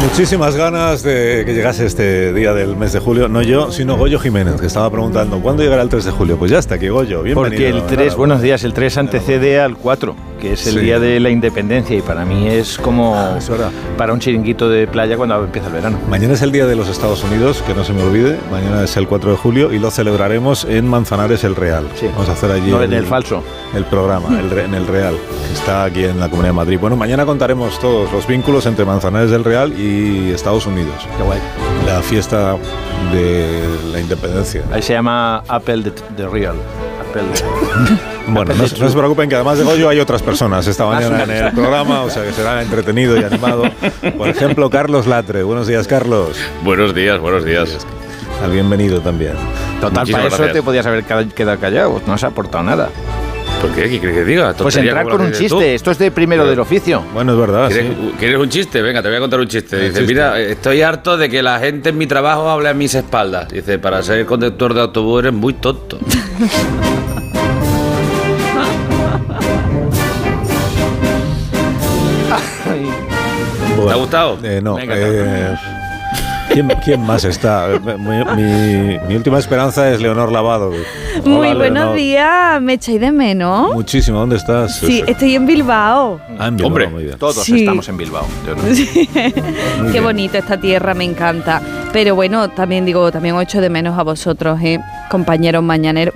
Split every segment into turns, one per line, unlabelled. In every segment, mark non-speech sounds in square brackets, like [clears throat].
muchísimas ganas de que llegase este día del mes de julio. No yo, sino Goyo Jiménez, que estaba preguntando, ¿cuándo llegará el 3 de julio? Pues ya está aquí, Goyo. Bienvenido.
Porque el 3, nada, buenos días, el 3 antecede al 4, que es el sí. día de la independencia y para mí es como ah, es para un chiringuito de playa cuando empieza el verano.
Mañana es el día de los Estados Unidos, que no se me olvide. Mañana es el 4 de julio y lo celebraremos en Manzanares el Real.
Sí.
Vamos a hacer allí.
No, el, en el falso.
El programa, el, en el Real, que está aquí en la Comunidad de Madrid. Bueno, mañana contaremos todos los vínculos entre Manzanares del Real y Estados Unidos.
Qué guay.
La fiesta de la independencia.
Ahí se llama Apple de, de Real. Apple
[laughs]
de...
Bueno, no, no, se preocupen que además de Goyo hay otras personas esta mañana en el programa, o sea que será entretenido y animado. Por ejemplo, Carlos Latre. Buenos días, Carlos.
Buenos días, buenos días.
Al bienvenido también.
Total, Muchísimas para eso gracias. te podías haber quedado callado, pues no has aportado nada.
¿Por qué? ¿Qué quieres que diga?
Pues entrar con un chiste. Tú? Esto es de primero Pero, del oficio.
Bueno, es verdad.
¿Quieres,
sí.
¿Quieres, un chiste? Venga, te voy a contar un chiste. Dice, chiste? mira, estoy harto de que la gente en mi trabajo hable a mis espaldas. Dice, para ser conductor de autobús eres muy tonto. bueno, ¿Te ha gustado?
Eh, no. Venga, eh, ¿Quién, ¿Quién, más está? Eh, Mi, mi, mi, última esperanza es Leonor Lavado.
Hola, Muy buenos Leonor. días, me echáis de menos.
Muchísimo, ¿dónde estás?
Sí, estoy en Bilbao.
Ah, en Bilbao,
Hombre,
muy bien.
todos
sí.
estamos en Bilbao.
No. Sí. Qué bonita esta tierra, me encanta. Pero bueno, también digo, también os echo de menos a vosotros, ¿eh? compañeros mañaneros,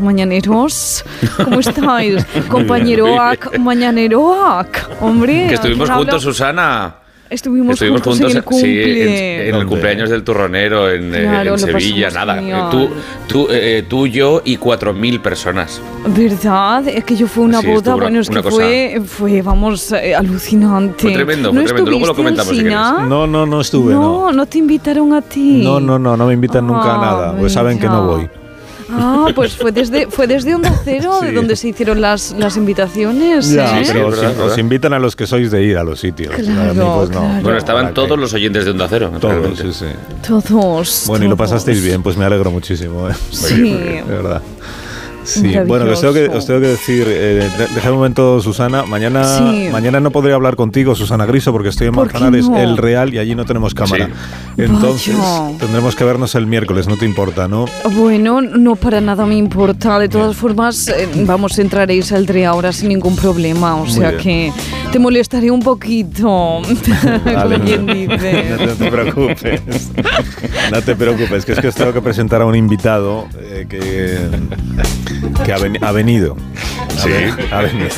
[laughs]
mañaneros, ¿cómo estáis? Compañeroac, mañaneroac, hombre.
Que estuvimos juntos, Susana.
Estuvimos, Estuvimos, juntos, juntos en el cumple.
Sí, en, en el cumpleaños del turronero en, claro, en Sevilla, nada. Genial. Tú, tú, eh, tú, yo y 4.000 personas.
¿Verdad? Es que yo fue una sí, boda, bueno, es que fue, fue, vamos, eh, alucinante.
Fue tremendo, fue
¿No
tremendo. Luego lo comentamos. Si
no, no, no estuve.
No, no, no, te invitaron a ti.
No, no, no, no me invitan ah, nunca a nada, pues saben que no voy.
Ah, pues fue desde, fue
[laughs]
desde Onda Cero sí. de donde se hicieron las, las invitaciones.
Ya, ¿eh? sí, pero sí, os, invitan a los que sois de ir a los sitios.
Claro, a mí, pues no. claro.
Bueno, estaban todos los oyentes de Onda Cero.
Todos, realmente. sí, sí.
Todos.
Bueno,
todos.
y lo pasasteis bien, pues me alegro muchísimo. ¿eh?
Sí.
De verdad. Sí, bueno, os tengo que, os tengo que decir, eh, deja un momento, Susana. Mañana, sí. mañana no podré hablar contigo, Susana Griso, porque estoy en ¿Por Manzanares, no? el Real, y allí no tenemos cámara. Sí. Entonces, Vaya. tendremos que vernos el miércoles, no te importa, ¿no?
Bueno, no para nada me importa. De todas formas, eh, vamos, entraréis al Real ahora sin ningún problema, o sea que te molestaré un poquito,
[laughs] vale,
[laughs]
[laughs]
como quien dice.
No, no te preocupes, no te preocupes, que es que os tengo que presentar a un invitado eh, que que ha, ven, ha, venido.
Sí,
ha venido.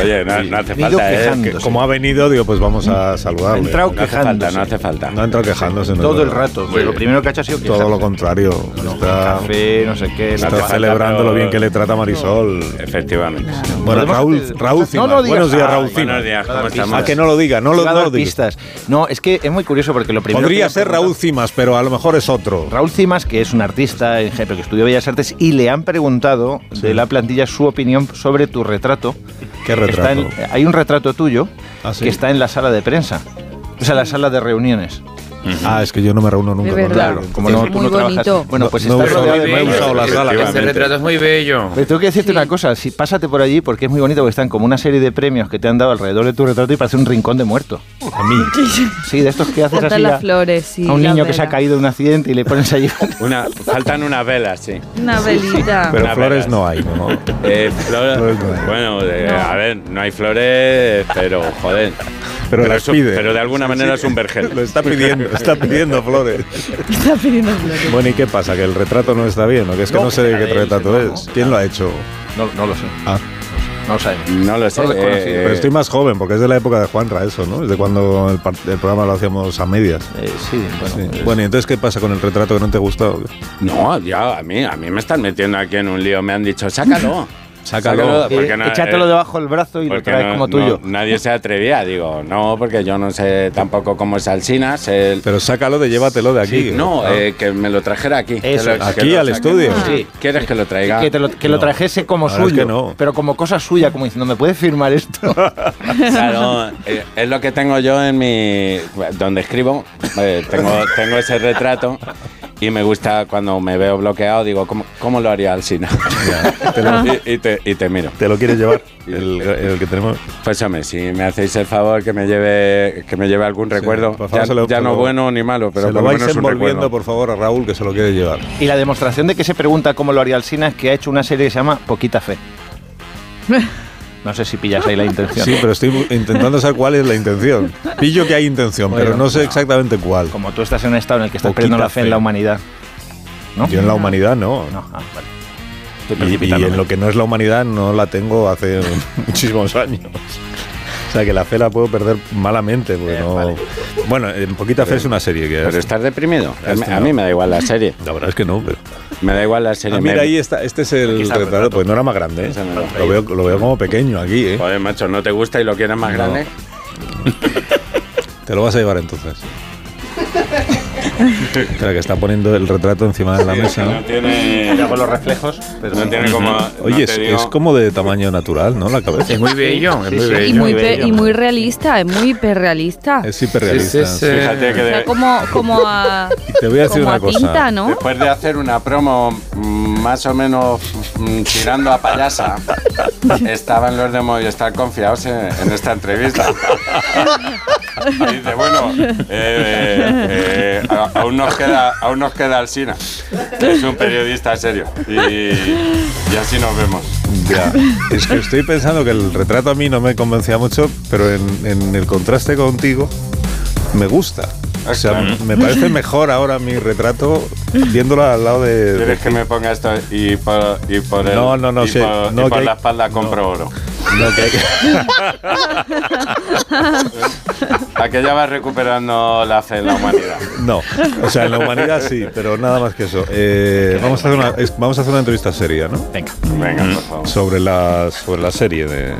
Oye, no, no hace falta.
Eh, como ha venido, digo, pues vamos a saludarle.
entrado
no hace falta, no hace falta.
No ha entrado quejándose. No,
todo el rato. Pues lo primero que ha hecho ha sido
Todo lo contrario.
Bueno, está, café, no sé qué.
Está celebrando lo bien que le trata Marisol.
Efectivamente.
Bueno, Raúl, Raúl Cima. No buenos días, Raúl Cima.
Buenos días, ¿cómo estamos?
A que no lo diga, no lo, no lo
pistas. No, es que es muy curioso porque lo primero
Podría ser Raúl Cimas, pero a lo mejor es otro.
Raúl Cimas, que es un artista en jefe que estudió Bellas Artes, y le han preguntado de la plantilla su opinión sobre tu retrato.
¿Qué retrato?
En, hay un retrato tuyo ¿Ah, sí? que está en la sala de prensa, o sea, la sala de reuniones.
Uh -huh. Ah, es que yo no me reúno nunca con
Claro, como sí, no, tú no bonito. trabajas. Bueno, pues
no,
está
rodeado de usado la sala.
Este retrato es muy bello.
Pero tengo que decirte sí. una cosa, si pásate por allí porque es muy bonito, porque están como una serie de premios que te han dado alrededor de tu retrato y parece un rincón de muertos.
A
[laughs]
mí.
Sí, de estos que haces
Faltan
así
las flores, sí,
a un
la
niño
vela.
que se ha caído de un accidente y le pones allí
una faltan unas velas, sí.
Una velita.
Pero
una
flores velas. no hay, ¿no?
Eh, flor, flores no hay. Bueno, eh, a ver, no hay flores, pero joder.
Pero, pero, las
su,
pide.
pero de alguna manera es un vergel.
Lo está pidiendo, está pidiendo flores.
[laughs] Está pidiendo flores.
Bueno, ¿y qué pasa? ¿Que el retrato no está bien? ¿O que es que no, no sé de qué retrato no, es? ¿Quién lo ha hecho?
[laughs] No, no lo sé.
Ah.
No lo sé.
No lo sé.
No lo
eh, eh,
pero estoy más joven, porque es de la época de Juanra eso, ¿no? Es de cuando el, el programa lo hacíamos a medias.
Eh, sí, bueno. Sí.
Bueno, ¿y entonces qué pasa con el retrato que no te gusta?
No, ya, a mí, a mí me están metiendo aquí en un lío. Me han dicho, sácalo.
Sácalo.
Sácalo no, échatelo eh, debajo del brazo y lo traes no, como tuyo.
No, nadie se atrevía, digo, no, porque yo no sé tampoco cómo es Alsina. Sé
Pero sácalo de llévatelo de aquí. Ah.
Sí, no, eh, que me lo trajera aquí.
Eso,
lo,
aquí al estudio.
Sí. ¿Quieres que lo traiga?
Que, te lo, que lo, trajese como Ahora suyo, es que pero como cosa suya, como diciendo, ¿me puedes firmar esto?
[laughs] claro, eh, es lo que tengo yo en mi... donde escribo, eh, tengo, tengo ese retrato. Y me gusta cuando me veo bloqueado, digo, ¿cómo, cómo lo haría Alcina? [laughs] y, y, te, y, te, miro.
¿Te lo quieres llevar? el, el, que tenemos.
Pues hombre, si me hacéis el favor que me lleve, que me lleve algún sí, recuerdo, favor, ya, lo, ya no lo, bueno ni malo, pero
se
por
lo vais
menos un
envolviendo,
recuerdo.
por favor, a Raúl que se lo quiere llevar.
Y la demostración de que se pregunta cómo lo haría Alcina es que ha hecho una serie que se llama Poquita
[laughs]
Fe. No sé si pillas ahí la intención.
Sí, pero estoy intentando saber cuál es la intención. Pillo que hay intención, bueno, pero no sé no. exactamente cuál.
Como tú estás en un estado en el que estás Poquita perdiendo la fe, fe, en la humanidad. ¿no?
Yo en la humanidad no. no. Ah, vale. y, y, en lo que no es la humanidad no la tengo hace [laughs] muchísimos años. O sea, que la fe la puedo perder malamente. Porque eh, no... vale. Bueno, en poquita pero, fe es una serie. Que
pero es... estás deprimido. Este a mí no. me da igual la serie.
La verdad es que no, pero...
Me da igual la serie.
Ah, mira, me... ahí está. Este es el retrato. retrato. Pues no era más grande. ¿eh? No lo, lo, veo, lo, veo, como pequeño aquí. ¿eh?
Joder, macho, ¿no te gusta y lo quieres más no. grande?
te lo vas a llevar [laughs] entonces. Espera, que está poniendo el retrato encima de la sí, mesa.
No, ¿no? tiene. pues,
Ya con los reflejos. Pero
no sí. tiene como.
Oye,
no
es, digo... es, como de tamaño natural, ¿no? La cabeza.
Es muy bello, es muy bello.
Y muy, bello. y muy realista, es muy hiperrealista.
Es hiperrealista. Sí,
Fíjate que. De... O sea, como, como
[laughs]
a.
Eh, Te voy a decir una cosa. Tinta,
¿no? Después de hacer una promo mm, más o menos mm, tirando
[laughs]
a payasa, estaban los de Movistar confiados en, en esta entrevista. Y dice, bueno, eh, eh, eh, aún nos queda, aún nos queda Alsina. Es un periodista serio. Y, y así nos vemos.
[laughs]
Ya. Es que estoy pensando que el retrato a mí no me convencía mucho, pero en, en el contraste contigo me gusta. O sea, me parece mejor ahora mi retrato viéndolo al lado de.
¿Quieres
de
que me ponga esto y por, y por el,
No, no, no,
y
sí,
por,
no,
y por que la espalda hay, compro no, oro.
No, que hay que.
Aquella va recuperando la fe en la humanidad.
No, o sea, en la humanidad sí, pero nada más que eso. Eh, vamos, a hacer una, vamos a hacer una entrevista seria, ¿no?
Venga.
Venga, por favor.
Sobre la, sobre la serie de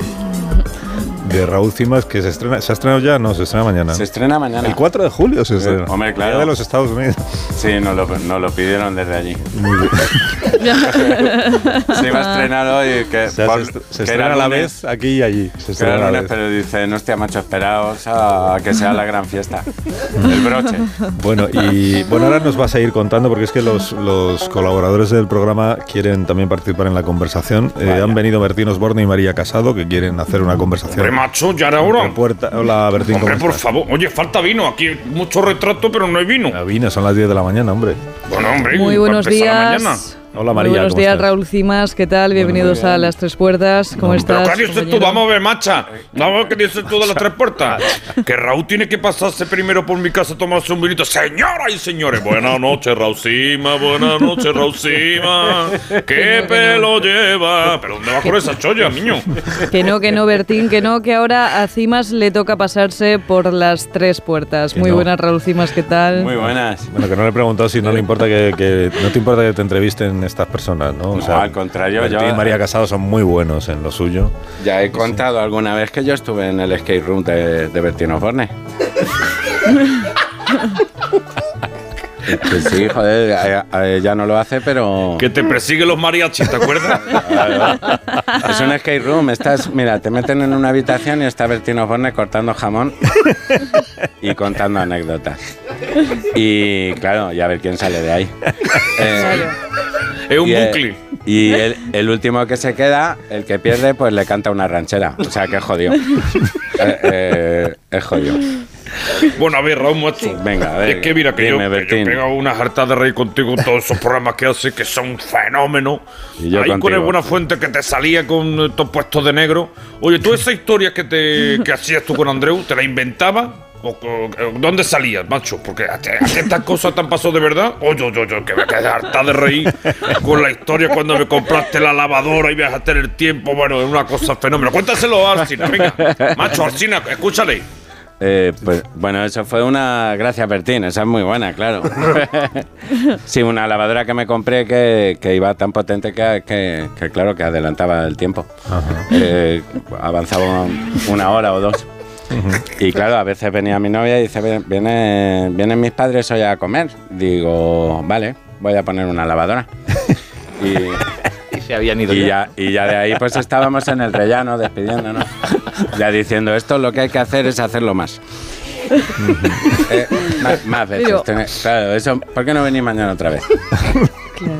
de Raúl Cimas que se estrena. ¿Se ha estrenado ya? No, se estrena mañana.
Se estrena mañana. Eh,
El 4 de julio se estrena.
Hombre, claro.
de los Estados
[laughs]
Unidos.
Sí, nos lo, nos lo pidieron desde allí. [laughs] se iba a estrenar hoy. Que,
o sea, por, se, se que estrena a la vez aquí y allí. Se
estrena lunes, a la vez. pero dice, no esté macho, esperaos a que sea la
[laughs]
gran fiesta. El broche.
Bueno,
[laughs]
y bueno, ahora nos vas a ir contando porque es que los, los colaboradores del programa quieren también participar en la conversación. Eh, han venido Bertín Osborne y María Casado que quieren hacer una conversación.
Hombre, macho, ya era hora.
Puerta, hola, Bertín.
Hombre, por favor. Oye, falta vino. Aquí hay mucho retrato, pero no hay vino.
La vino, son las 10 de la mañana, hombre.
Bueno, hombre.
Muy buenos días.
Hola María. Muy
buenos días, estás? Raúl Cimas. ¿Qué tal? Bienvenidos a Las Tres Puertas. ¿Cómo no, estás?
Pero ¿qué dices tú? Vamos a ver, macha. Vamos a ver qué dices tú de Las Tres Puertas. que Raúl tiene que pasarse primero por mi casa a tomarse un vinito. Señoras y señores, buenas noches, Raúl Cimas. Buenas noches, Raúl
[laughs]
Cimas. ¿Qué pelo lleva? ¿Pero dónde va con esa cholla, niño?
Que no, que no, Bertín, que no, que ahora a Cimas le toca pasarse por Las Tres Puertas. Muy no. buenas, Raúl Cimas. ¿Qué tal?
Muy buenas.
Bueno, que no le he preguntado si no le importa que, que no te importa que te entrevisten estas personas, ¿no?
no o sea, al contrario,
Bertín
yo,
y María Casado son muy buenos en lo suyo.
Ya he contado sí. alguna vez que yo estuve en el skate room de, de Bertino Borne. Pues sí, joder, a, a, ya no lo hace, pero.
Que te persiguen los mariachis, ¿te acuerdas?
es un skate room. Estás, mira, te meten en una habitación y está Bertino Borne cortando jamón y contando anécdotas. Y claro, ya a ver quién sale de ahí.
Eh, es un
y
bucle.
El, y el, el, último que se queda, el que pierde, pues le canta una ranchera. O sea, que es jodido. eh, eh, es jodido.
Bueno, a ver, Raúl, macho.
Venga, a
Es
ver.
que mira, que, dime, yo, que yo, he pegado una jartada de reír contigo en todos esos programas que haces, que son un fenómeno. Y yo Ahí contigo. con el Buena Fuente que te salía con estos puestos de negro. Oye, tú esa historia que, [laughs] te, que hacías tú con Andreu, ¿te la inventabas? O, o, ¿Dónde salías, macho? Porque a, a estas cosas te han pasado de verdad. Oye, oye, oye, que me quedé harta de reír con la historia cuando me compraste la lavadora y vas a tener tiempo. Bueno, es una cosa fenómeno. Cuéntaselo a Arsina, venga. Macho, Arsina, escúchale.
Eh, pues, bueno, eso fue una gracia Bertín, esa es muy buena, claro. sí, una lavadora que me compré que, que iba tan potente que, que, que, claro, que adelantaba el tiempo. Eh, avanzaba una hora o dos. Y claro, a veces venía mi novia y dice, vienen, vienen mis padres hoy a comer. Digo, vale, voy a poner una lavadora.
y, y, se habían ido.
Y ya, y ya de ahí pues estábamos en el rellano despidiéndonos. Ya diciendo, esto lo que hay que hacer es hacerlo más. eh, más, más, veces. Pero, tenés, claro, eso, ¿por qué no venís mañana otra vez? Claro.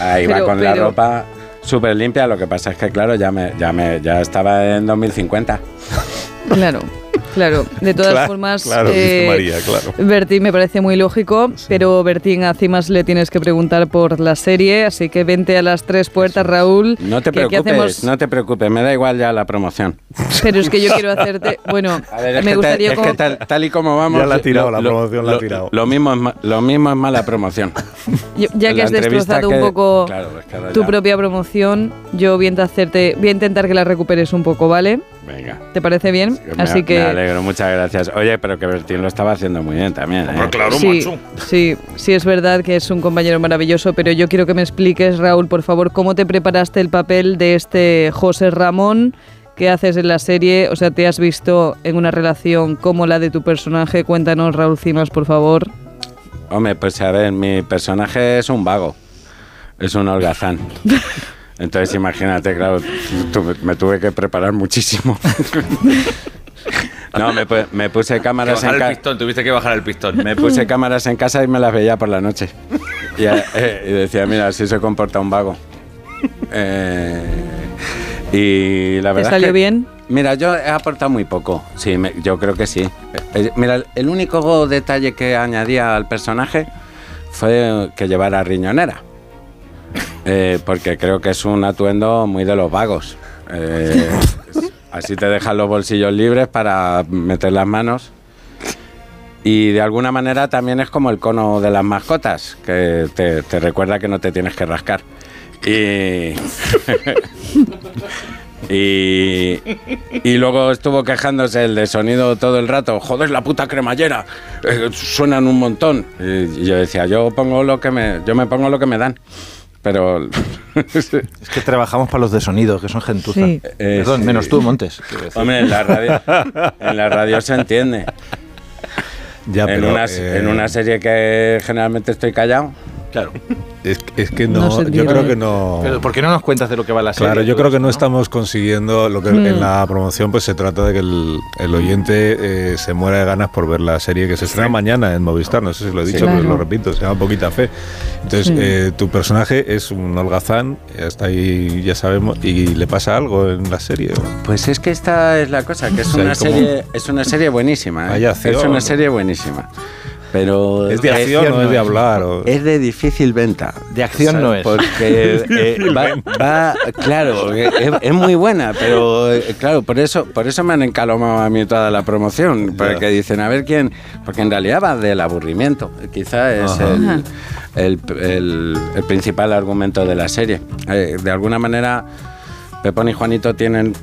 Ahí pero, va con pero, la ropa súper limpia, lo que pasa es que claro, ya, me, ya, me, ya estaba en 2050.
Claro, claro. De todas claro, formas,
claro, eh, María, claro.
Bertín me parece muy lógico, sí. pero Bertín a Cimas le tienes que preguntar por la serie, así que vente a las tres puertas, Raúl.
No te que, preocupes, no te preocupes, me da igual ya la promoción.
Pero es que yo quiero
[laughs]
hacerte, bueno, ver, me gustaría
te, es que tal, tal, y como vamos,
ya la ha tirado lo, la promoción,
lo,
la ha tirado.
Lo mismo es ma, lo mismo es mala promoción.
Yo, ya que has destrozado que, un poco es tu ya. propia promoción, yo voy a hacerte, voy a intentar que la recuperes un poco, ¿vale?
Venga.
¿Te parece bien?
Sí,
Así
me,
que...
Me alegro, muchas gracias. Oye, pero que Bertín lo estaba haciendo muy bien también. ¿eh?
claro,
sí,
macho.
Sí, sí, es verdad que es un compañero maravilloso, pero yo quiero que me expliques, Raúl, por favor, cómo te preparaste el papel de este José Ramón. ¿Qué haces en la serie? O sea, ¿te has visto en una relación como la de tu personaje? Cuéntanos, Raúl Cimas, por favor.
Hombre, pues a ver, mi personaje es un vago. Es
[laughs]
un holgazán. Entonces imagínate, claro, tu, me tuve que preparar
[laughs]
muchísimo. [laughs] no, me, me puse cámaras
bajar
en
casa. pistón, tuviste que bajar el pistón. [laughs]
Me
[laughs]
puse cámaras en casa y me las veía por la noche. Y, eh, y decía, mira, así se comporta un vago. Eh, y la verdad.
¿Te salió
es que,
bien?
Mira, yo he aportado muy poco. Sí, me, yo creo que sí. Eh, Mira, el único detalle que añadía al personaje fue que llevara riñonera. Eh, porque creo que es un atuendo muy de los vagos.
[laughs]
Eh, así te dejan los bolsillos libres para meter las manos. Y de alguna manera también es como el cono de las mascotas, que te, te recuerda que no te tienes que rascar. Y, [laughs] y, y, luego estuvo quejándose el de sonido todo el rato. Joder, la puta cremallera. Eh, suenan un montón. Y yo decía, yo pongo lo que me, yo me pongo lo que me dan pero... [laughs]
es que trabajamos para los de sonido, que son gentuza. Sí. Eh, Perdón, sí. menos tú, Montes.
Hombre, en la, radio, en la radio se entiende. Ya, en, pero, una, eh... en una serie que generalmente estoy callado.
Claro.
Es, es, que no, no yo creo que no.
Pero ¿por qué no nos cuentas de lo que va la serie?
Claro, yo creo que no, estamos consiguiendo lo que mm. en la promoción pues se trata de que el, el oyente eh, se muera de ganas por ver la serie que se estrena sí. mañana en Movistar, no sé si lo he dicho, sí, claro. pero lo repito, se llama Poquita Fe. Entonces, sí. eh, tu personaje es un holgazán, hasta ahí ya sabemos, y le pasa algo en la serie.
Pues es que esta es la cosa, que es, o sea, una, serie, es una serie buenísima. ¿eh? Acción, es una serie buenísima. Pero
es de acción, no es de hablar. O...
Es de difícil venta.
De acción ¿sabes? no es.
Porque eh, va, va, claro, eh, es, es, muy buena, pero eh, claro, por eso, por eso me han encalomado a mí toda la promoción, porque yeah. dicen a ver quién, porque en realidad va del aburrimiento. Quizá es el, el, el, el, principal argumento de la serie. Eh, de alguna manera. Pepón y Juanito tienen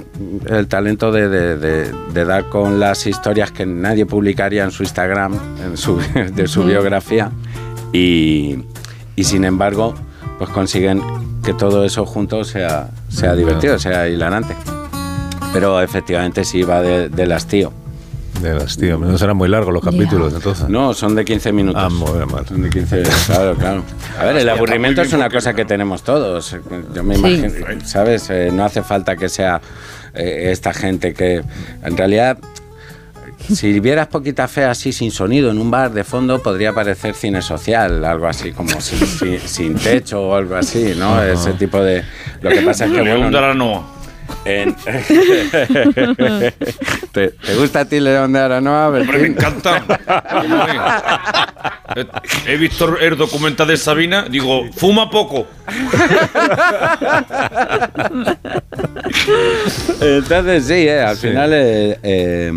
el talento de, de, de, de, dar con las historias que nadie publicaría en su Instagram, en su, [laughs] de su biografía, y, y, sin embargo, pues consiguen que todo eso junto sea, sea divertido, sea hilarante. Pero efectivamente sí va del hastío.
De las, tío. No serán muy largos los capítulos, yeah. entonces.
No, son de 15 minutos.
Ah, muy mal.
Son de 15 Claro, claro. A ver, el aburrimiento es una cosa que tenemos todos. Yo me sí. imagino, ¿sabes? Eh, no hace falta que sea eh, esta gente que. En realidad, si vieras poquita fe así sin sonido en un bar de fondo, podría parecer cine social, algo así como sin, sin, sin techo o algo así, ¿no? Uh -huh. Ese tipo de. Lo que pasa es que.
Bueno, no.
En... [laughs] ¿Te, ¿Te, gusta a ti León de
[laughs]
Aranoa?
Hombre, me encanta. He visto el documental de Sabina, digo, fuma poco.
Entonces sí, eh, al final eh, eh,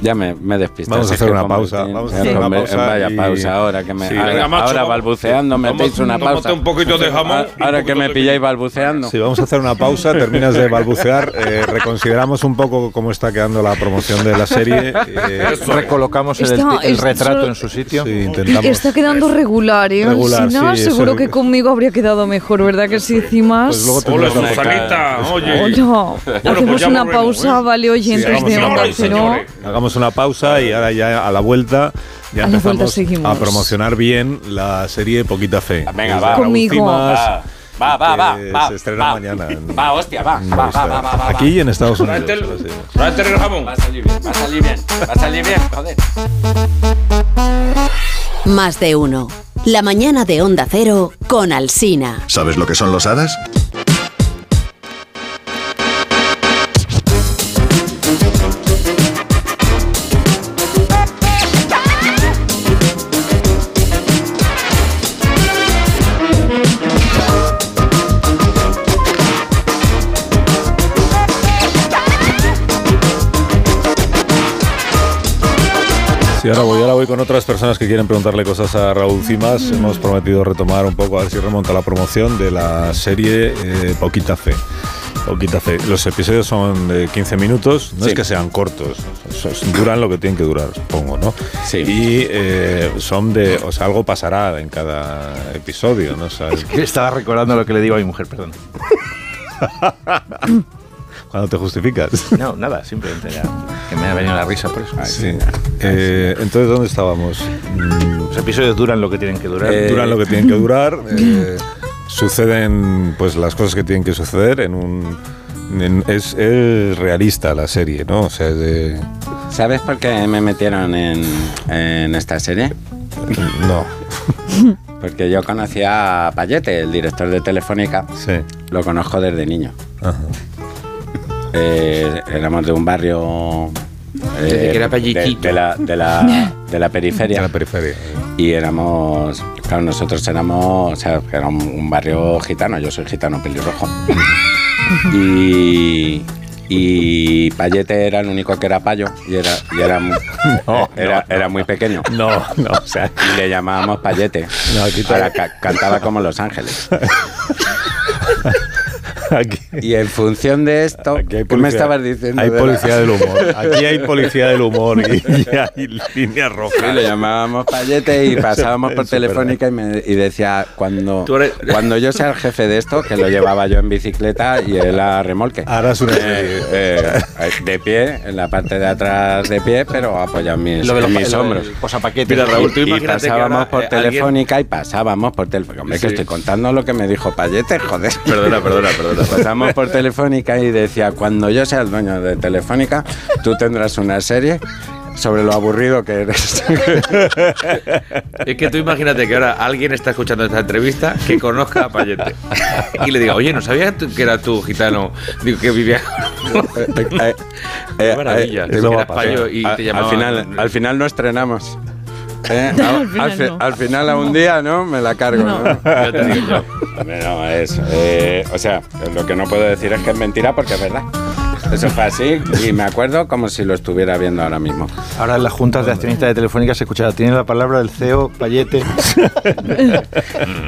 ya me, me despisté.
Vamos a
Es que
hacer una
como-
pausa, vamos a hacer
en-
una
en
pausa
Vaya
y-
pausa ahora que me.
Sí.
ahora,
Venga, macho,
ahora
vamos-
balbuceando me
vamos-
pides una
tómate
pausa.
un poquito de jamón y un
Ahora que
poquito
me
de
pilláis balbuceando.
Sí, vamos a hacer una pausa, terminas de balbucear, eh, reconsideramos un poco cómo está quedando la promoción de la serie. eh,
Eso es.
Recolocamos el,
Esto-
el
esto-
retrato en su sitio.
sí, intentamos.
Está quedando regular, ¿eh?
Regular,
Alsina,
sí, eso
seguro
es-
que conmigo habría quedado mejor, ¿verdad que sí, Cimas?
Pues luego te- pues
Hola,
Hombre,
Susanita. Oye.
Oye,
pues
hacemos
ya
una
volvemos,
pausa,
¿eh?
¿vale? Oyentes
hagamos
de
una
Onda
pausa,
Cero.
señores.
Hagamos una pausa y ahora ya a la vuelta ya
A la vuelta
empezamos
seguimos.
a promocionar bien la serie Poquita Fe.
Venga,
Desde
va.
la
Conmigo.
última-
Va, va, va, va.
que
va,
se estrena
va.
mañana en-
Va, hostia, va,
en
va, va,
Movistar.
va, va, va.
Aquí y en Estados Unidos.
Tráete el,
así.
tráete el jamón.
Va a salir bien, va a salir bien, va a salir bien, joder.
Más de uno. La mañana de Onda Cero con Alsina.
¿Sabes lo que son los hadas?
Sí, ahora voy, ahora voy con otras personas que quieren preguntarle cosas a Raúl Cimas. Hemos prometido retomar un poco, a ver si remonta la promoción de la serie eh, Poquita Fe. Poquita Fe. Los episodios son de 15 minutos, no
Sí.
es que sean cortos, so- so- duran lo que tienen que durar, supongo, ¿no?
Sí.
Y eh, son de, o sea, algo pasará en cada episodio, ¿no? O sea,
[laughs] Estaba recordando lo que le digo a mi mujer, perdón.
cuando te justificas.
No, nada, simplemente ya. Que me ha venido la risa por eso.
Ah, Sí. Eh, entonces, ¿dónde estábamos? Mm,
Los episodios duran lo que tienen que durar.
Eh, duran lo que tienen que
[clears throat]
durar. eh, suceden pues las cosas que tienen que suceder en un. en- es, es realista la serie, ¿no? O sea, es de.
¿Sabes por qué me metieron en, en esta serie?
No.
Porque yo conocí a Payete, el director de Telefónica.
Sí.
Lo conozco desde niño.
Ajá.
Eh, éramos de un barrio. eh,
Desde que era
de,
Payetito.
de la, de, la, de la periferia.
En la periferia.
y éramos. Claro, nosotros éramos. O sea, era un, un barrio gitano. Yo soy
[laughs]
gitano pelirrojo. y. Y Payete era el único que era payo. Y era, y
[laughs]
era, mu- era, era muy pequeño.
No, no, o sea.
Y le llamábamos Payete.
No, aquí te-
Ahora ca- cantaba como Los Ángeles.
[laughs] Aquí,
Y en función de esto,
aquí hay
¿qué me
policía-
estabas diciendo?
Hay
de la-
policía del humor.
[laughs]
Aquí hay policía del humor y, y [laughs] hay líneas
Sí, le
rojas.
llamábamos payete y pasábamos por
Eso es
telefónica y, me, y decía, cuando,
Tú eres-
cuando yo sea el jefe de esto, que lo llevaba yo en bicicleta y él a remolque.
Ahora es una serie.
Eh, eh, de pie, en la parte de atrás de pie, pero apoyado en mis,
lo de los,
en
pa-
mis
lo
hombros.
del posapaquete.
Mira, Raúl, tú
Y- y
imagínate que
pasábamos
ahora,
por
eh, alguien-
telefónica y pasábamos por telefónica. Hombre, que
Sí.
estoy contando lo que me dijo Payete, joder.
Perdona, perdona, perdona.
Pasamos por Telefónica y decía, cuando yo sea el dueño de Telefónica, tú tendrás una serie sobre lo aburrido que eres.
Es que tú imagínate que ahora alguien está escuchando esta entrevista que conozca a Payete
[laughs]
y le diga, oye, ¿no sabías tú que era tú gitano? Digo, que vivía.
Eh, eh,
Qué maravilla.
eh,
Eso
eh,
va a
eh,
pasar.
eh,
Y te
a- al,
llamaban-
final, al final no estrenamos. Eh, a- al,
final
fi-
no.
al final a un día, ¿no? Me la cargo.
No.
¿no?
Ya te digo
[laughs]
yo.
Bueno, es. eh, o sea, lo que no puedo decir es que es mentira porque es verdad. Eso fue así y me acuerdo como si lo estuviera viendo ahora mismo.
Ahora en las juntas de accionistas de Telefónica se escuchará. Tiene la palabra el CEO Payete.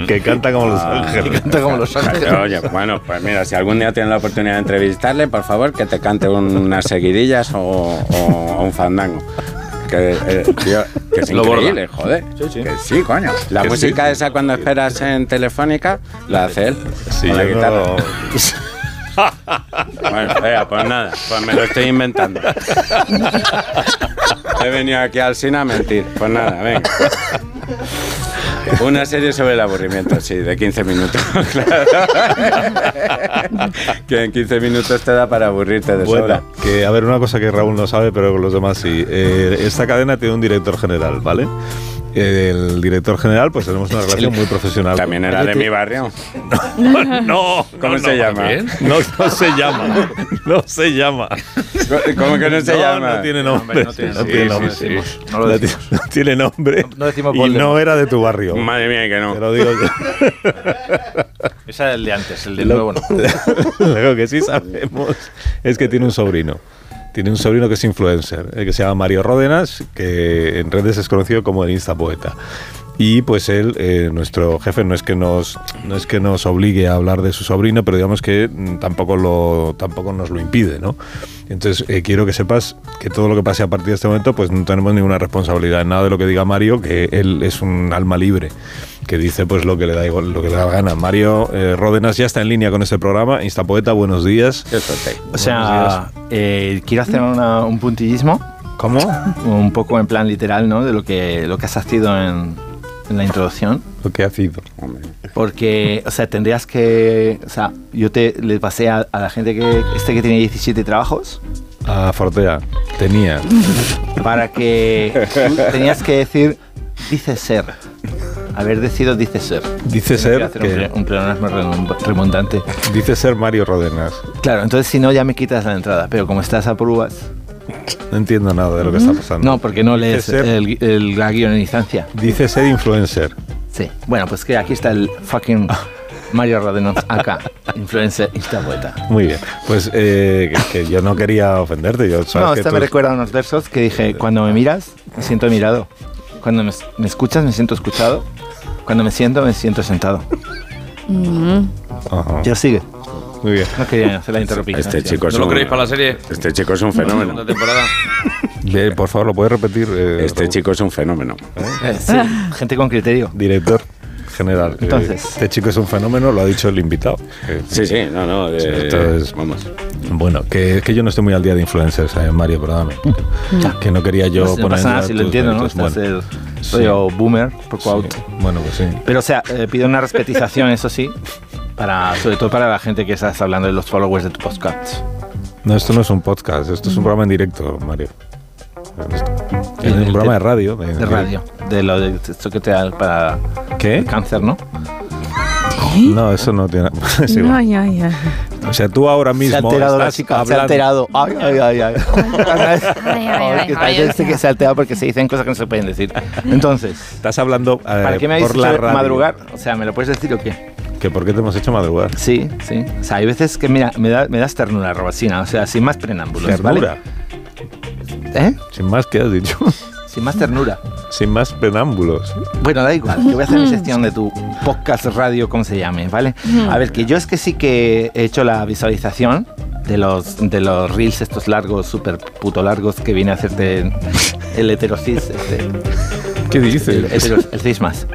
Que canta como Los
Ah.
Ángeles.
Canta como los ángeles.
Oye, bueno, pues mira, si algún día tienes la oportunidad de entrevistarle, por favor, que te cante un- unas seguidillas o, o- o un fandango. Que, eh, tío, que es
Lo borda.
increíble, joder.
sí.
Que sí, coño. La
Que
música
sí.
esa cuando esperas en Telefónica, la hace él.
Sí,
con la
yo
guitarra.
no-
[laughs] Bueno, venga, pues nada, pues me lo estoy inventando. He venido aquí al cine a mentir. Pues nada, venga. Una serie sobre el aburrimiento, sí, de 15 minutos. [laughs] claro. que en 15 minutos te da para aburrirte de sobra.
Bueno, que a ver, una cosa que Raúl no sabe, pero los demás sí. Eh, esta cadena tiene un director general, ¿vale? el director general, pues tenemos una relación muy profesional.
También era de mi barrio.
[laughs] No, no
¿Cómo
no,
se
no,
llama?
No, no se llama. No se llama.
¿Cómo que no se llama?
No tiene nombre. No tiene
sí,
nombre.
sí, sí.
No lo decimos. No tiene nombre.
No decimos
Y
Voldemort.
no era de tu barrio.
Madre mía, que no.
Te lo digo yo.
Esa es el de antes, el de nuevo no.
[laughs] Lo que sí sabemos es que tiene un sobrino. Tiene un sobrino que es influencer, eh, que se llama Mario Ródenas, que en redes es conocido como el Instapoeta. Y pues él, eh, nuestro jefe, no es que nos no es que nos obligue a hablar de su sobrino, pero digamos que mm, tampoco lo tampoco nos lo impide, ¿no? Entonces eh, quiero que sepas que todo lo que pase a partir de este momento, pues no tenemos ninguna responsabilidad en nada de lo que diga Mario, que él es un alma libre que dice pues lo que le da igual, lo que le da la gana. Mario eh, Ródenas ya está en línea con este programa. Instapoeta, buenos días.
O sea, eh, quiero hacer una- un puntillismo,
¿Cómo?
un poco en plan literal, ¿no? De lo que, lo que has sido en, en la introducción.
[laughs] Lo que ha sido.
Porque, o sea, tendrías que. O sea, yo te le pasé a, a la gente que. Este que tiene 17 trabajos.
A Fortea. Tenía.
Para que. tú tenías que decir. Dice ser. Haber decidido dice ser.
Dice
Tienes
ser
hacer
que-
un ple- un pleonasmo redom- remontante.
Dice ser Mario Rodenas.
Claro, entonces si no ya me quitas la entrada, pero como estás a pruebas...
No entiendo nada de lo que está pasando.
Mm, No, porque no lees
ser-
el, el, la guionizancia.
Dice ser influencer.
Sí. Bueno, pues que aquí está el [laughs] fucking Mario Rodenos acá, influencer vuelta.
Muy bien. Pues eh, que, que yo no quería ofenderte. Yo, sabes
No,
que
esto
tú-
me recuerda a unos versos que dije, cuando me miras, me siento mirado. Cuando me, me escuchas, me siento escuchado. Cuando me siento, me siento sentado.
Ajá.
Ya sigue.
Muy bien.
No quería hacer la interrupción.
Este chico es
¿No lo
un-
creéis para la serie?
Este chico es un
Segunda
fenómeno.
temporada.
Ve, por favor, ¿lo puedes repetir? eh,
Este
Raúl?
chico es un fenómeno.
Eh, sí, gente con criterio.
Director general. Eh,
Entonces.
este chico es un fenómeno, lo ha dicho el invitado. Eh,
Sí, sí, no, no. eh,
Sí, esto es-
Vamos.
Bueno, que es que yo no estoy muy al día de influencers, eh, Mario, perdóname. Que no quería yo
no,
poner.
pasa
en
nada
duda
si lo
tus
entiendo, ¿no? eh,
méritos.
Estás
Bueno,
el
sí.
rollo boomer, poco
sí.
out.
Bueno, pues sí.
Pero o sea, eh, pido una respetización, eso sí, para, sobre todo para la gente que estás hablando de los followers de tu podcast.
No, esto no es un podcast, esto es un programa en directo, Mario. Es
El-
un
el
programa de
de-
radio. De,
De radio, de lo de esto que te da para
¿Qué?
el cáncer, ¿no?
No, eso no tiene. [laughs] es igual.
Ay, ay, ay.
O sea, tú ahora mismo.
se ha alterado la
estás
chica, se ha
hablando-
alterado. Ay, ay,
[laughs]
ay, ay.
ay,
Ay, que
ay,
Hay gente
ay.
que se ha alterado porque se dicen cosas que no se pueden decir. Entonces,
Estás hablando eh,
¿para qué me habéis
por
hecho
la radio.
madrugar? O sea, ¿me lo puedes decir o qué?
¿Que ¿Por qué te hemos hecho madrugar?
Sí, sí. O sea, hay veces que, mira, me, da- me das ternura, Robasina. O sea, sin más preámbulos,
Ternura.
¿vale? ¿Eh?
Sin más, ¿qué has dicho? [laughs]
Sin más ternura.
Sin más preámbulos.
Bueno, da igual, yo voy a hacer mi
Mm.
gestión de tu podcast radio, como se llame, ¿vale? A ver, que yo es que sí que he hecho la visualización de los, de los reels estos largos, súper puto largos que viene a hacerte el heterocis, este,
¿Qué
el,
dices?
hetero- el cismas.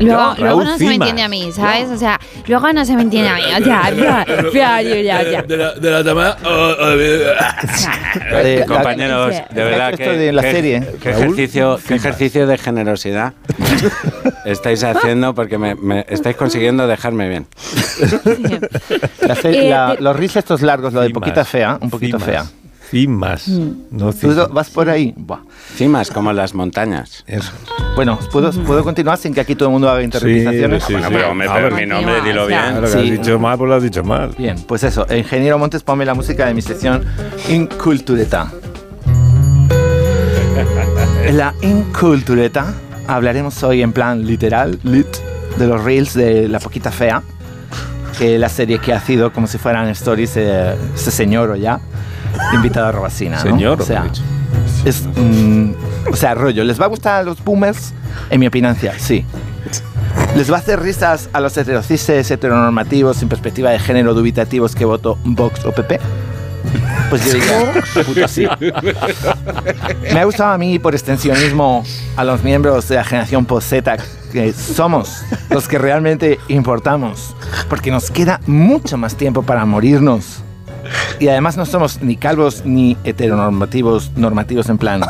Luego, luego no se
Cimas.
me entiende a mí, ¿sabes? O sea, luego no se me entiende a mí. O sea, ya, ya, ya, ya, ya.
De la, de la tama-
Eh,
compañeros,
de verdad
Esto de
que.
la
que-
serie. ¿eh?
Qué ejercicio, qué ejercicio de [laughs] generosidad estáis haciendo porque me, me estáis consiguiendo dejarme bien.
la serie-
Eh,
la-
de-
los reels estos largos, lo de
Cimas.
poquita fea, un poquito
Cimas.
fea.
Cimas.
Mm.
No
Tú
cimas.
vas por ahí. Buah.
Cimas como las montañas.
Eso.
Bueno, ¿puedo, ¿puedo continuar sin que aquí todo el mundo haga interpretaciones?
sí,
Bueno,
sí.
pero me,
A ver.
mi nombre, dilo
Continúa,
bien.
Claro, que
Ah, Sí.
has dicho mal, pues lo has dicho mal.
Bien, pues eso, ingeniero Montes, ponme la música de mi sección [laughs] Incultureta. En la Incultureta hablaremos hoy en plan literal, lit, de los reels de La Poquita Fea, que es la serie que ha sido como si fueran stories eh, ese señor o ya, invitado a Robacina. ¿no?
Señor,
o sea,
he dicho.
es, mm, o sea, rollo, ¿les va a gustar a los boomers? En mi opinancia, sí. ¿Les va a hacer risas a los heterocises, heteronormativos, sin perspectiva de género, dubitativos que voto Vox o PP? Pues yo diría, puto sí. Me ha gustado a mí por extensionismo a los miembros de la generación post-Z que somos los que realmente importamos, porque nos queda mucho más tiempo para morirnos. Y además no somos ni calvos ni heteronormativos, normativos en plan,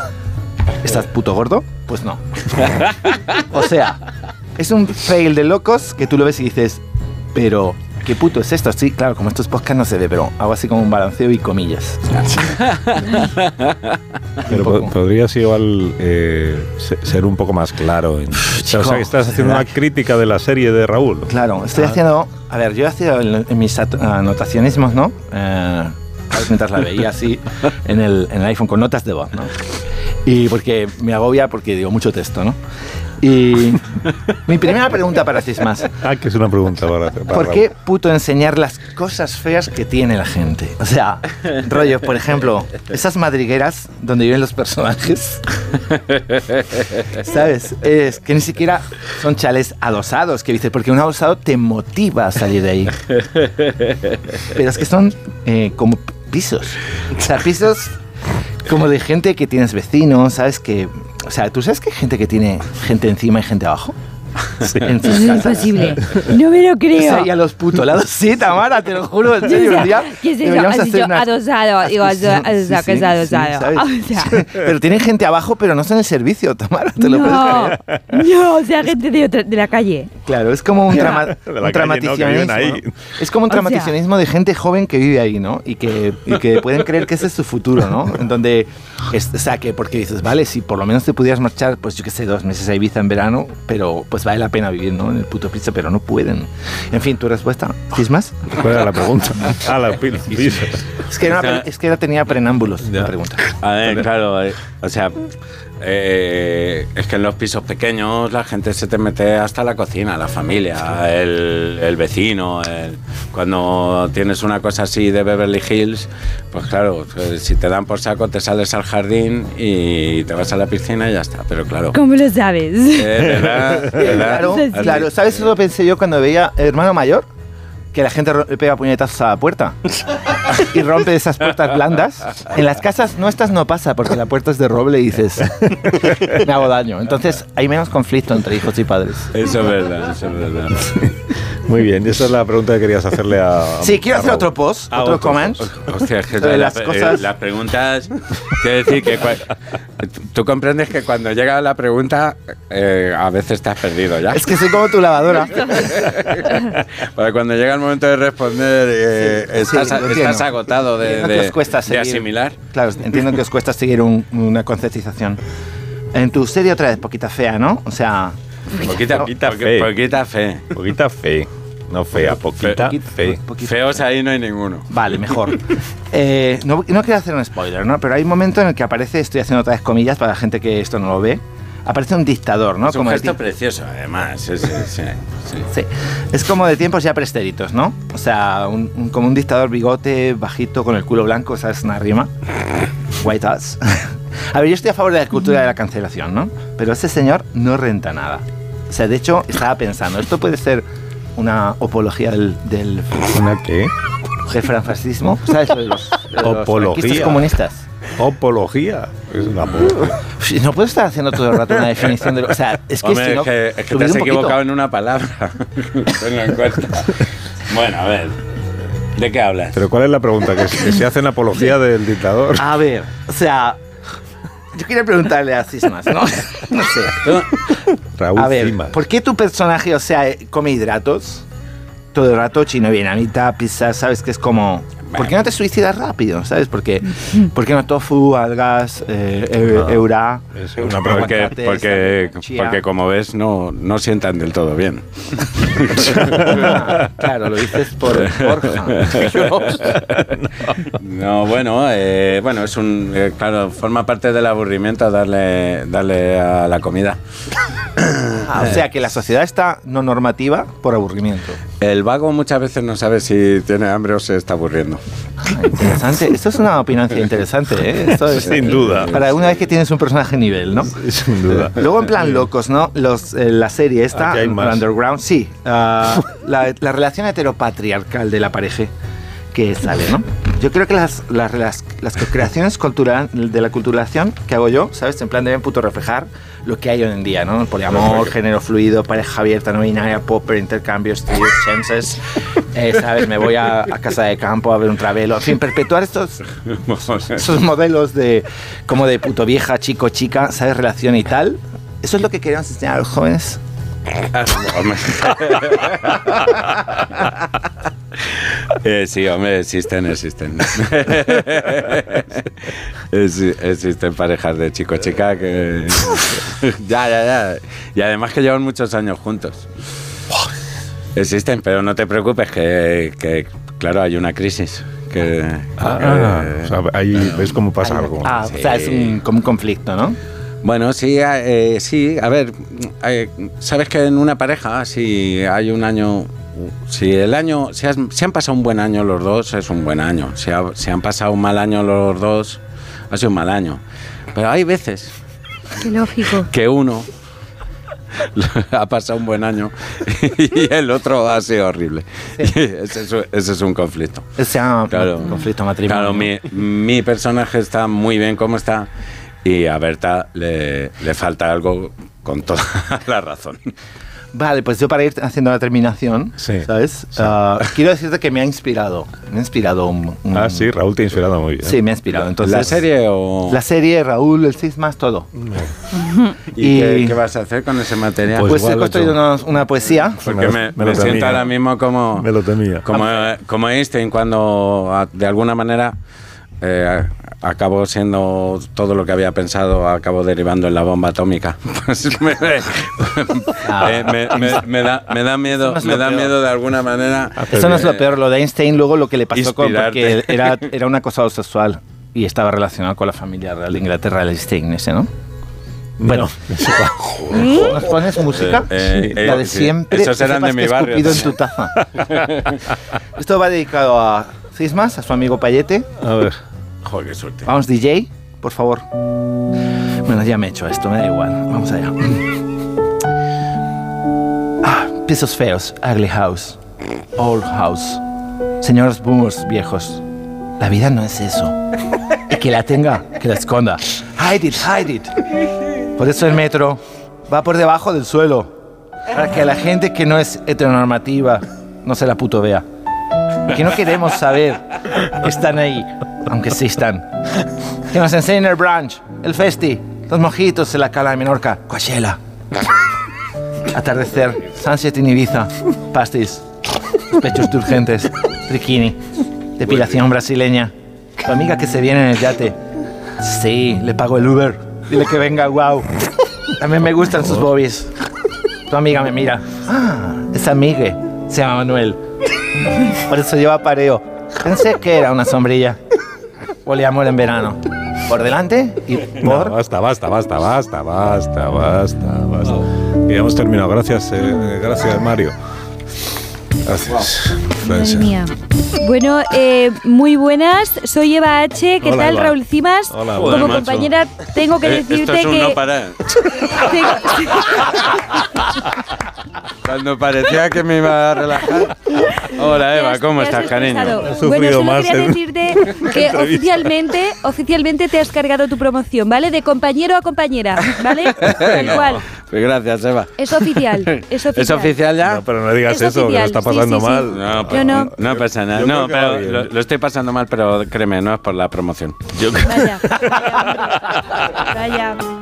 ¿estás puto gordo? Pues no. O sea, es un fail de locos que tú lo ves y dices, pero ¿qué puto es esto? Sí, claro, como estos podcasts no se ve, pero hago así como un balanceo y comillas.
Pero po- podrías igual eh, se- ser un poco más claro. en- o sea, que estás haciendo una crítica de la serie de Raúl.
Claro, estoy haciendo. A ver, yo he sido en, en mis at- anotacionismos, ¿no? Eh, mientras la veía así en el, en el iPhone con notas de voz, ¿no? Y porque me agobia porque digo mucho texto, ¿no? Y mi primera pregunta para ti es más.
Ah, que es una pregunta para, para
¿Por
Raúl.
qué puto enseñar las cosas feas que tiene la gente? O sea, rollo, por ejemplo, esas madrigueras donde viven los personajes, ¿sabes? Es que ni siquiera son chales adosados, que dices, porque un adosado te motiva a salir de ahí. Pero es que son eh, como pisos. O sea, pisos como de gente que tienes vecinos, ¿sabes? Que, o sea, ¿tú sabes que hay gente que tiene gente encima y gente abajo? En sus
Es
casas.
imposible. No me lo
O sea,
creo.
y a los putolados, sí, Tamara, te lo juro,
[laughs]
en
Yo
serio,
decía,
un día
¿Qué es eso?
deberíamos
Has
hacer
dicho
unas-
adosado. Digo,
Sí, sí,
adosa-
sí,
adosado, que es
sí,
adosado.
¿sabes?
[laughs] O sea,
Pero tienen gente abajo, pero no son el servicio, Tamara, te lo puedes
no,
creer.
no, o sea, gente de, otra- de la calle.
Claro, es como un, trama-
De
un
la calle, ¿no? Que
dramaticionismo.
viven ahí.
¿no? Es como un
O sea-
dramaticionismo de gente joven que vive ahí, ¿no? Y que, y que pueden creer que ese es su futuro, ¿no? En donde, es- o sea, que porque dices, vale, si por lo menos te pudieras marchar, pues yo qué sé, dos meses a Ibiza en verano, pero pues vale la pena vivir, ¿no? En el puto piso, pero no pueden. En fin, tu respuesta, ¿Cismas?
¿Cuál era la pregunta? [laughs] Ah, la pil-
[laughs]
piso.
Es que, era una pre- es que era- tenía preámbulos la
Ya. [laughs]
pregunta.
A ver, claro, eh, o sea, eh, es que en los pisos pequeños la gente se te mete hasta la cocina, la familia, el, el vecino. el- cuando tienes una cosa así de Beverly Hills, pues claro, eh, si te dan por saco te sales al jardín y te vas a la piscina y ya está, pero claro.
¿Cómo lo sabes?
Eh, ¿verdad? ¿verdad?
[laughs] Claro,
Sí, sí.
claro. ¿Sabes eso lo pensé yo cuando veía Hermano Mayor? Que la gente ro- pega puñetazos a la
[laughs]
puerta y rompe esas puertas blandas. En las casas nuestras no pasa porque la puerta es de roble y
[laughs]
dices, me hago daño. Entonces hay menos conflicto entre hijos y padres.
Eso es verdad, eso es verdad.
Muy bien, esa es la pregunta que querías hacerle a.
Sí, quiero
a
hacer
Raúl.
otro post,
Ah,
otro,
otro
comment.
Hostia, es que
Sobre
la-
las
eh,
cosas.
las preguntas. Quiero decir que. cua- tú- Tú comprendes que cuando llega la pregunta, eh, a veces te has perdido ya.
Es que soy como tu
[laughs]
lavadora.
Para cuando llega el momento de responder, eh,
Sí,
estás,
lo
estás
entiendo.
agotado de,
Entiendo que
de-
os cuesta
de
seguir.
asimilar.
Claro, entiendo que os cuesta seguir un- una conceptización. En tu serie otra vez, poquita fea, ¿no? O sea,
Poquita,
Poquita
poqui-
fe.
poquita fe.
Poquita fe. No fea,
Ah,
poquita
poqui-
fe.
poquita-
Feos ahí no hay ninguno.
Vale, mejor.
[laughs]
Eh, no, no quiero hacer un spoiler, ¿no? Pero hay un momento en el que aparece, estoy haciendo otra vez comillas para la gente que esto no lo ve, aparece un dictador, ¿no?
es un
de
gesto
ti-
precioso, además. sí, sí, sí, sí.
Sí. Es como de tiempos ya presteritos, ¿no? O sea, un- un- como un dictador bigote, bajito, con el culo blanco, ¿sabes? Una rima. White ass. [laughs] A ver, yo estoy a favor de la cultura de la cancelación, ¿no? Pero ese señor no renta nada. O sea, de hecho, estaba pensando, esto puede ser una apología del, del
¿Una qué?
del franfascismo, ¿sabes? Lo de los, lo de los
Apología.
franquistas comunistas.
Opología. Es una apología.
Uf, No puedes estar haciendo todo el rato una definición de lo. O sea, es que
Hombre,
si no,
es que, es que te
olvida
has
un poquito.
equivocado en una palabra. [laughs] Tenlo en cuenta. Bueno, a ver. ¿De qué hablas?
Pero ¿cuál es la pregunta? Que, que se hacen apología del dictador.
A ver, o sea. Yo quería preguntarle a Cismas, ¿no? [laughs] No sé.
Raúl
A ver,
Cimas.
¿por qué tu personaje, o sea, eh, come hidratos? Todo el rato, chino vietnamita, pizza, ¿sabes? Que es como. ¿Por qué no te suicidas rápido? ¿Sabes? Porque, ¿Por qué no tofu, algas, eh, eu-
Ah.
eura?
Es una pregunta.
Porque,
Aguacate,
porque,
sal, chía.
porque como ves, no, no sientan del todo [laughs] bien.
Ah, claro, lo dices por Borja.
No, bueno, eh, bueno, es un. eh, claro, forma parte del aburrimiento darle, darle a la comida.
Ah, o sea, que la sociedad está no normativa por aburrimiento.
El vago muchas veces no sabe si tiene hambre o se está [laughs] aburriendo.
Ah, Interesante. Esto es una opinancia interesante, ¿eh? Esto es-
Sin duda.
Para una vez que tienes un personaje nivel, ¿no?
Sin duda.
[laughs] Luego en plan locos, ¿no? Los, eh, la serie esta,
Aquí hay más.
Underground, sí.
[laughs]
ah, la, la relación heteropatriarcal de la pareja que sale, ¿no? Yo creo que las, las, las, las creaciones cultural, de la culturación que hago yo, ¿sabes? En plan deben puto reflejar lo que hay hoy en día, ¿no? Poliamor, género fluido, pareja abierta, no binaria, popper, intercambios, tríos,
[laughs]
chances, eh, ¿sabes? Me voy a, a casa de campo a ver un travelo. En fin, perpetuar estos esos modelos de como de puto vieja, chico, chica, ¿sabes? Relación y tal. Eso es lo que queremos enseñar a los jóvenes.
Eh, sí, hombre,
[laughs]
existen, existen. Es- existen parejas de chico-chica
[laughs]
que... ya, ya, ya. Y además que llevan muchos años juntos. Existen, pero no te preocupes que, que, claro, hay una crisis. Que,
Ah,
que-
o sea, ahí ves cómo pasa algo.
Eh, Ah, o sea, es un- como un conflicto, ¿no?
Bueno, sí, a- eh, sí, a ver, eh, sabes que en una pareja, si hay un año, si el año, si, has- si han pasado un buen año los dos, es un buen año. Si, ha- si han pasado un mal año los dos, ha sido un mal año. Pero hay veces
Qué lógico.
que uno [laughs] ha pasado un buen año [laughs] y el otro ha sido horrible. Y [laughs] ese, es, ese es un conflicto.
O sea,
Claro.
un conflicto matrimonial.
Claro, mi, mi personaje está muy bien como está y a Berta le, le falta algo con toda [laughs] la razón.
Vale, pues yo para ir haciendo la terminación,
Sí,
¿sabes? Ah, quiero decirte que me ha inspirado. Me ha inspirado un... un-
Ah, sí, Raúl te ha inspirado muy bien.
Sí, me ha inspirado. Entonces,
¿La serie o...?
La serie, Raúl, el CIS más todo.
¿Y,
y-
qué, qué vas a hacer con ese material?
Pues
Pues, he
igual,
construido
yo-
unos- una poesía.
Porque
Me
me,
lo
me siento
temía.
ahora mismo como,
Me lo temía.
como, eh, como Einstein cuando a- de alguna manera eh, acabó siendo todo lo que había pensado, acabó derivando en la bomba atómica. [laughs] Pues me,
Ah.
eh, me- me- me da, me da miedo,
Eso no es
me
lo
da
peor.
miedo de alguna manera. Eh,
Eso no es lo peor, lo de Einstein, luego lo que le pasó con... Porque
Ah, Inspirarte.
era, era un acosado sexual y estaba relacionado con la familia real de Inglaterra, el Einstein ese, ¿no? Bueno. ¿Nos pones música?
Eh, eh,
la de
sí.
siempre.
Esos
que
eran
sepas
de mi
que he
barrio.
escupido en tu taza. Esto va dedicado a Cismas, a su amigo Payete.
A ver.
Joder, qué suerte.
Vamos, DJ, por favor. Bueno, ya me he hecho esto, me da igual. Vamos allá. [clears throat] Ah, pisos feos, ugly house, old house. Señores boomers viejos, la vida no es eso. Y que la tenga, que la esconda. Hide it, hide it. Por eso el metro va por debajo del suelo. Para que la gente que no es heteronormativa no se la puto vea. Que no queremos saber que están ahí, aunque sí están. Que nos enseñen el brunch, el festi, los mojitos en la cala de Menorca, Coachella. Atardecer, sunset en Ibiza, pastis, pechos turgentes, triquini, depilación brasileña, tu amiga que se viene en el yate. Sí, le pago el Uber. Dile que venga, wow. También me gustan sus bobbies. Tu amiga me mira. Ah, es amigue. Se llama Manuel. Por eso lleva pareo. Pensé que era una sombrilla. Poliamor en verano. Por delante y
No,
por...
basta, basta, basta, basta, basta, basta, basta. Y hemos terminado. Gracias, eh, gracias, Mario. Gracias.
Madre
Francia.
mía. Bueno, eh, muy buenas. Soy Eva H. ¿Qué
Hola,
tal,
Eva.
Raúl Cimas? Como
Hola, Eva.
Joder, macho.
compañera, tengo que
Eh, esto
decirte
es un
que. [laughs]
no parar.
tengo-
Cuando parecía que me iba
[laughs]
a relajar. Hola
te
Eva,
has-
¿cómo
te has
estás, cariño?
expresado.
Has sufrido
Bueno, solo
más
quería
en-
[laughs]
decirte que
entrevista.
oficialmente, oficialmente te has cargado tu promoción, ¿vale? De compañero a compañera, ¿vale? Tal
[laughs] No,
cual.
pues gracias, Eva.
Es oficial, es oficial.
[laughs] ¿Es oficial ya?
No, pero no digas
Ah, Es
eso, que lo
oficial,
está
sí,
pasando
sí, sí.
mal.
No,
Yo
pero-
no.
no pasa nada.
Yo creo
No,
que va
pero
bien.
lo, lo estoy pasando mal, pero créeme, no es por la promoción.
Vaya, vaya. hombre.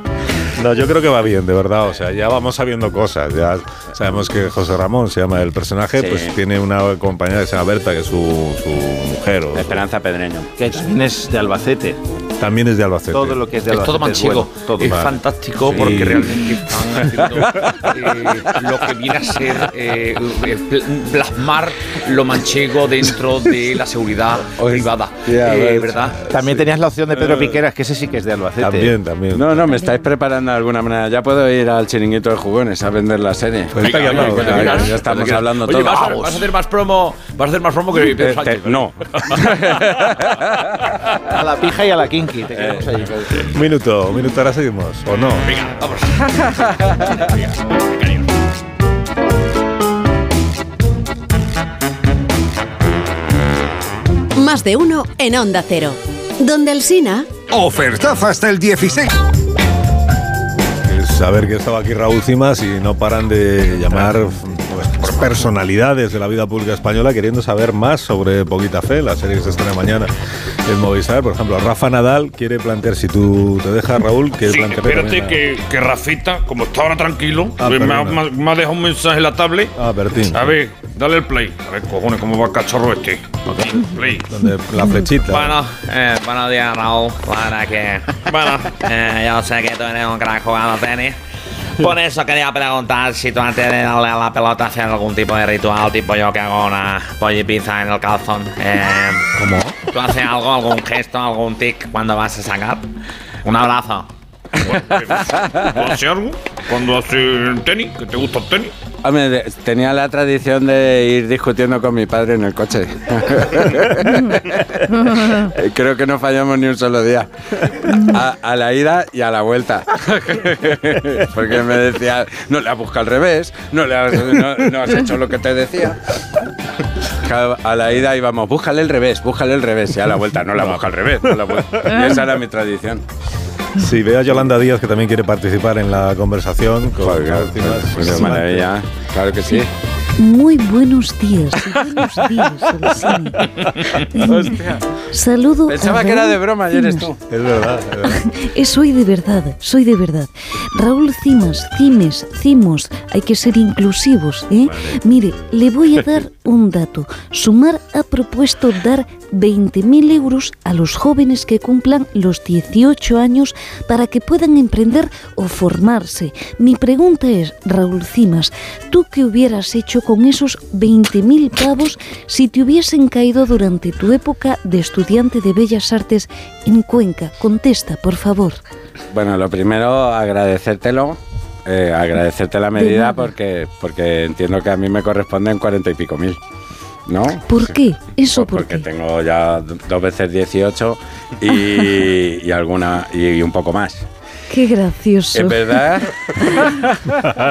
No, yo creo que va bien, de verdad. O sea, ya vamos sabiendo cosas. Ya sabemos que José Ramón se llama el personaje,
Sí.
pues tiene una compañera que se llama Berta, que es su, su mujer. o-
Esperanza Pedreño.
Que también es de Albacete.
también es de Albacete.
Todo lo que es de
Es
Albacete.
todo manchego.
bueno, todo.
es
vale.
fantástico
Sí.
porque realmente [laughs] están haciendo eh, lo que viene a ser eh, eh, pl- plasmar lo manchego dentro de la seguridad privada.
ya
Eh,
ves.
¿Verdad?
También tenías la opción de Pedro Piqueras, que ese sí que es de Albacete.
También, también.
No, no, me estáis preparando de alguna manera. Ya puedo ir al chiringuito de jugones a vender la serie.
Pues está llamado,
Venga,
venga,
ya estamos hablando
Oye, vas, a-
todo.
vas a hacer más promo, vas a hacer más promo que Pedro
Eh, te-
Sánchez.
no.
A la pija y a la kinky. Te queremos [laughs] ahí.
Un minuto, un minuto, ahora seguimos. ¿O no?
Venga, vamos.
Más de uno en Onda Cero. Donde Alsina,
Ofertaza hasta el 16.
Es saber que estaba aquí Raúl Cimas y no paran de llamar nuestras personalidades de la vida pública española queriendo saber más sobre Poquita Fe, la serie que se estrena mañana en Movistar. Por ejemplo, Rafa Nadal quiere plantear, si tú te dejas, Raúl, que
Sí,
plantear.
espérate que, que Rafita, como está ahora tranquilo,
Ah,
me,
perdona.
ha, me ha- me ha dejado un mensaje en la tablet.
Ah, Bertín.
A ver, dale el play. A ver, cojones, cómo va el cachorro este. Aquí, play.
Donde la flechita.
Bueno, eh, buenos días, Raúl. La verdad que. Bueno, eh, yo sé que tú eres un gran jugador de tenis. Por eso quería preguntar si tú antes de darle a la pelota haces algún tipo de ritual, tipo yo que hago una pollipizza en el calzón. Eh,
¿Cómo?
¿Tú haces algo, algún gesto, algún tic cuando vas a sacar? Un abrazo.
¿Hace algo? Cuando hace tenis, que te gusta el tenis.
Hombre, de- tenía la tradición de ir discutiendo con mi padre en el coche. [laughs] Creo que no fallamos ni un solo día. A, a la ida y a la vuelta. [laughs] Porque me decía, no le has buscado al revés, no, le has, no- no has hecho lo que te decía. Claro, A la ida íbamos, búscale el revés, búscale el revés. Y a la vuelta, no la busca al revés. no la busca". Y esa era mi tradición.
Sí, veo a Yolanda Díaz que también quiere participar en la conversación. Con
Pues de maravilla, claro que sí.
Muy buenos días, buenos días, Alsina.
[laughs] Hostia.
Saludo. a
Pensaba que era
Raúl
de broma y eres tú.
Cimas.
Es verdad, es verdad.
Eh, soy de verdad, soy de verdad. Raúl Cimas, Cimes, Cimos, hay que ser inclusivos, ¿eh? Mire, le voy a dar un dato. Sumar ha propuesto dar 20.000 euros a los jóvenes que cumplan los 18 años para que puedan emprender o formarse. Mi pregunta es, Raúl Cimas, ¿tú qué hubieras hecho con esos 20.000 pavos si te hubiesen caído durante tu época de estudiante de Bellas Artes en Cuenca? Contesta, por favor.
Bueno, lo primero, agradecértelo. eh, agradecerte la medida porque, porque entiendo que a mí me corresponden cuarenta y pico mil. ¿No?
¿Por qué? Eso Pues, por
Porque tengo ya do- dos veces 18
[laughs]
y, y alguna y un poco más.
Qué gracioso.
¿Es verdad?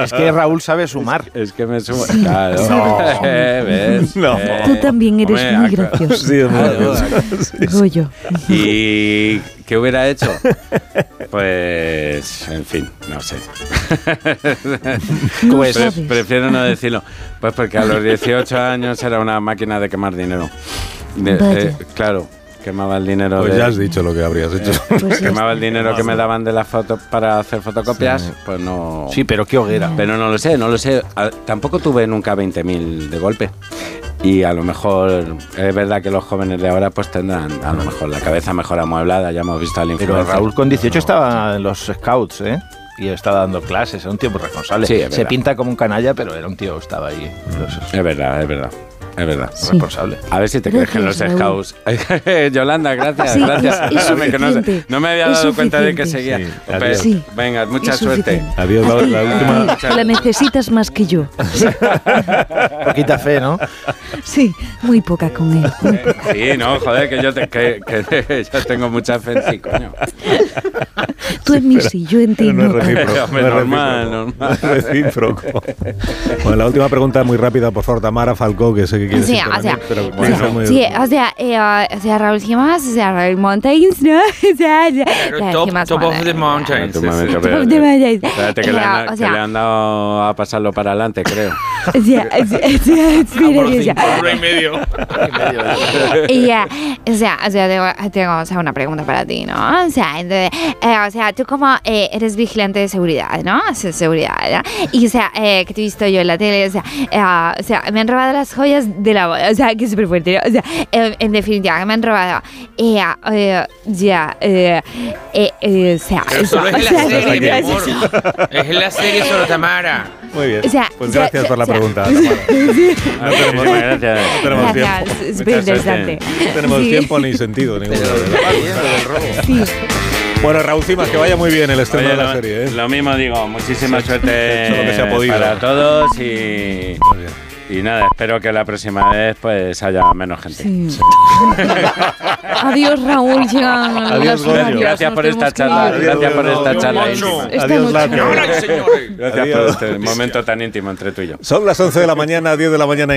Es que Raúl sabe sumar.
Es que me sumo.
Sí,
claro.
sabes.
Eh, [laughs] ¿ves?
No.
Eh,
Tú también eres
hombre,
muy
acá-
[laughs]
gracioso.
Sí, es muy
Claro.
gracioso. Sí, sí.
Goyo.
[laughs] ¿Y qué hubiera hecho? Pues, en fin, no
[laughs]
sé.
No
Pues,
sabes.
pre- prefiero no decirlo. Pues porque a los 18 años era una máquina de quemar dinero. De-
Vaya.
eh, claro, quemaba el dinero.
Pues
de-
ya has dicho lo que habrías hecho.
Pues ya
[laughs] quemaba
está.
el dinero que me daban de las fotos para hacer fotocopias. Pues no.
Sí, pero qué hoguera.
Pero no lo sé, no lo sé. A- Tampoco tuve nunca 20.000 de golpe. Y a lo mejor es verdad que los jóvenes de ahora pues tendrán a lo mejor la cabeza mejor amueblada, ya hemos visto al
Pero
influencer.
Raúl con 18 estaba en los scouts, ¿eh? Y estaba dando clases, era un tío muy responsable.
Sí, es
Se
verdad.
pinta como un canalla, pero era un tío que estaba ahí. los-
Es verdad, es verdad, es verdad.
Responsable.
A ver si te
Gracias,
dejen los
Raúl.
scouts. [laughs] Yolanda, gracias,
Sí,
gracias.
es- es
Perdóname que no, sé-
suficiente,
no me había
es
dado cuenta de que
suficiente.
seguía.
Sí,
Pues,
adiós.
Sí.
Venga, mucha
Es
suerte.
suficiente.
Adiós, la, la última.
Sí, La necesitas más que yo. Sí, [laughs]
Poquita fe, [laughs] ¿no?
sí, muy poca
[laughs]
con él. muy poca.
Sí, no, joder, que yo, te- que- que [laughs] yo tengo mucha fe en ti, coño.
Tú en mí sí, yo en ti
Pero no es
no.
recíproco.
Hombre,
no es recíproco,
normal, normal.
no es recíproco. Bueno, la última pregunta muy rápida, por favor, Tamara Falcó, que sé que quieres
Sí,
intervenir,
o sea,
pero
Sí,
bueno, muy-
sí, o sea, eh, o sea, Raúl Jiménez, o sea, Raúl Mountains, ¿no? [laughs] O sea, ya-
Pero
Raúl
top,
Jiménez,
top of
bueno,
the
No,
mountain.
Ah, tú
sí,
me
sí.
ves,
Top
espérate.
of the mountain.
Espérate, que, le
Ya,
han,
o
que
sea-
le han dado a pasarlo para adelante, creo.
O sea, o sea, o sea, espera, o sea,
Uno y medio.
[laughs] y ya, o sea, o sea, tengo, tengo, o sea, una pregunta para ti, ¿no? O sea, entonces, eh, o sea, tú como eh, eres vigilante de seguridad, ¿no? O sea, seguridad, ¿no? Y, o sea, eh, que te he visto yo en la tele, o sea, eh, o sea, me han robado las joyas de la boda, o sea, que es súper fuerte, ¿no? O sea, eh, en definitiva, que me han robado, eh, eh, ya, eh, eh, eh, o sea,
Pero
o sea, [laughs]
solo es
o
en [laughs]
sea,
la serie, mi
o sea,
amor. Es en la serie solo Tamara.
muy bien.
o sea,
pues
o sea,
gracias por la
o sea,
pregunta, Tamara. No tenemos,
Muchísimas gracias.
no tenemos tiempo.
Gracias, es
Muchas
muy
gracias.
interesante.
No tenemos
Sí.
tiempo ni
[laughs]
sentido. ninguno.
Sí.
Bueno, Raúl Cimas, que vaya muy bien el estreno
Oye,
de la
lo-
serie. ¿eh?
Lo mismo digo, muchísima suerte
Solo que se ha podido.
para todos y, y nada, espero que la próxima vez pues haya menos gente.
Sí. Adiós, Raúl. Llegan
Adiós,
las
Goyo.
horarias,
Gracias
nos
por esta
tenemos que
charla.
ir.
Gracias por esta
Adiós,
charla.
macho.
íntima.
Está
Adiós,
muy
Latia.
chulo.
Ahora, señores.
Gracias
Adiós.
por este momento tan íntimo entre tú y yo.
Son las 11 de la mañana, 10 de la mañana en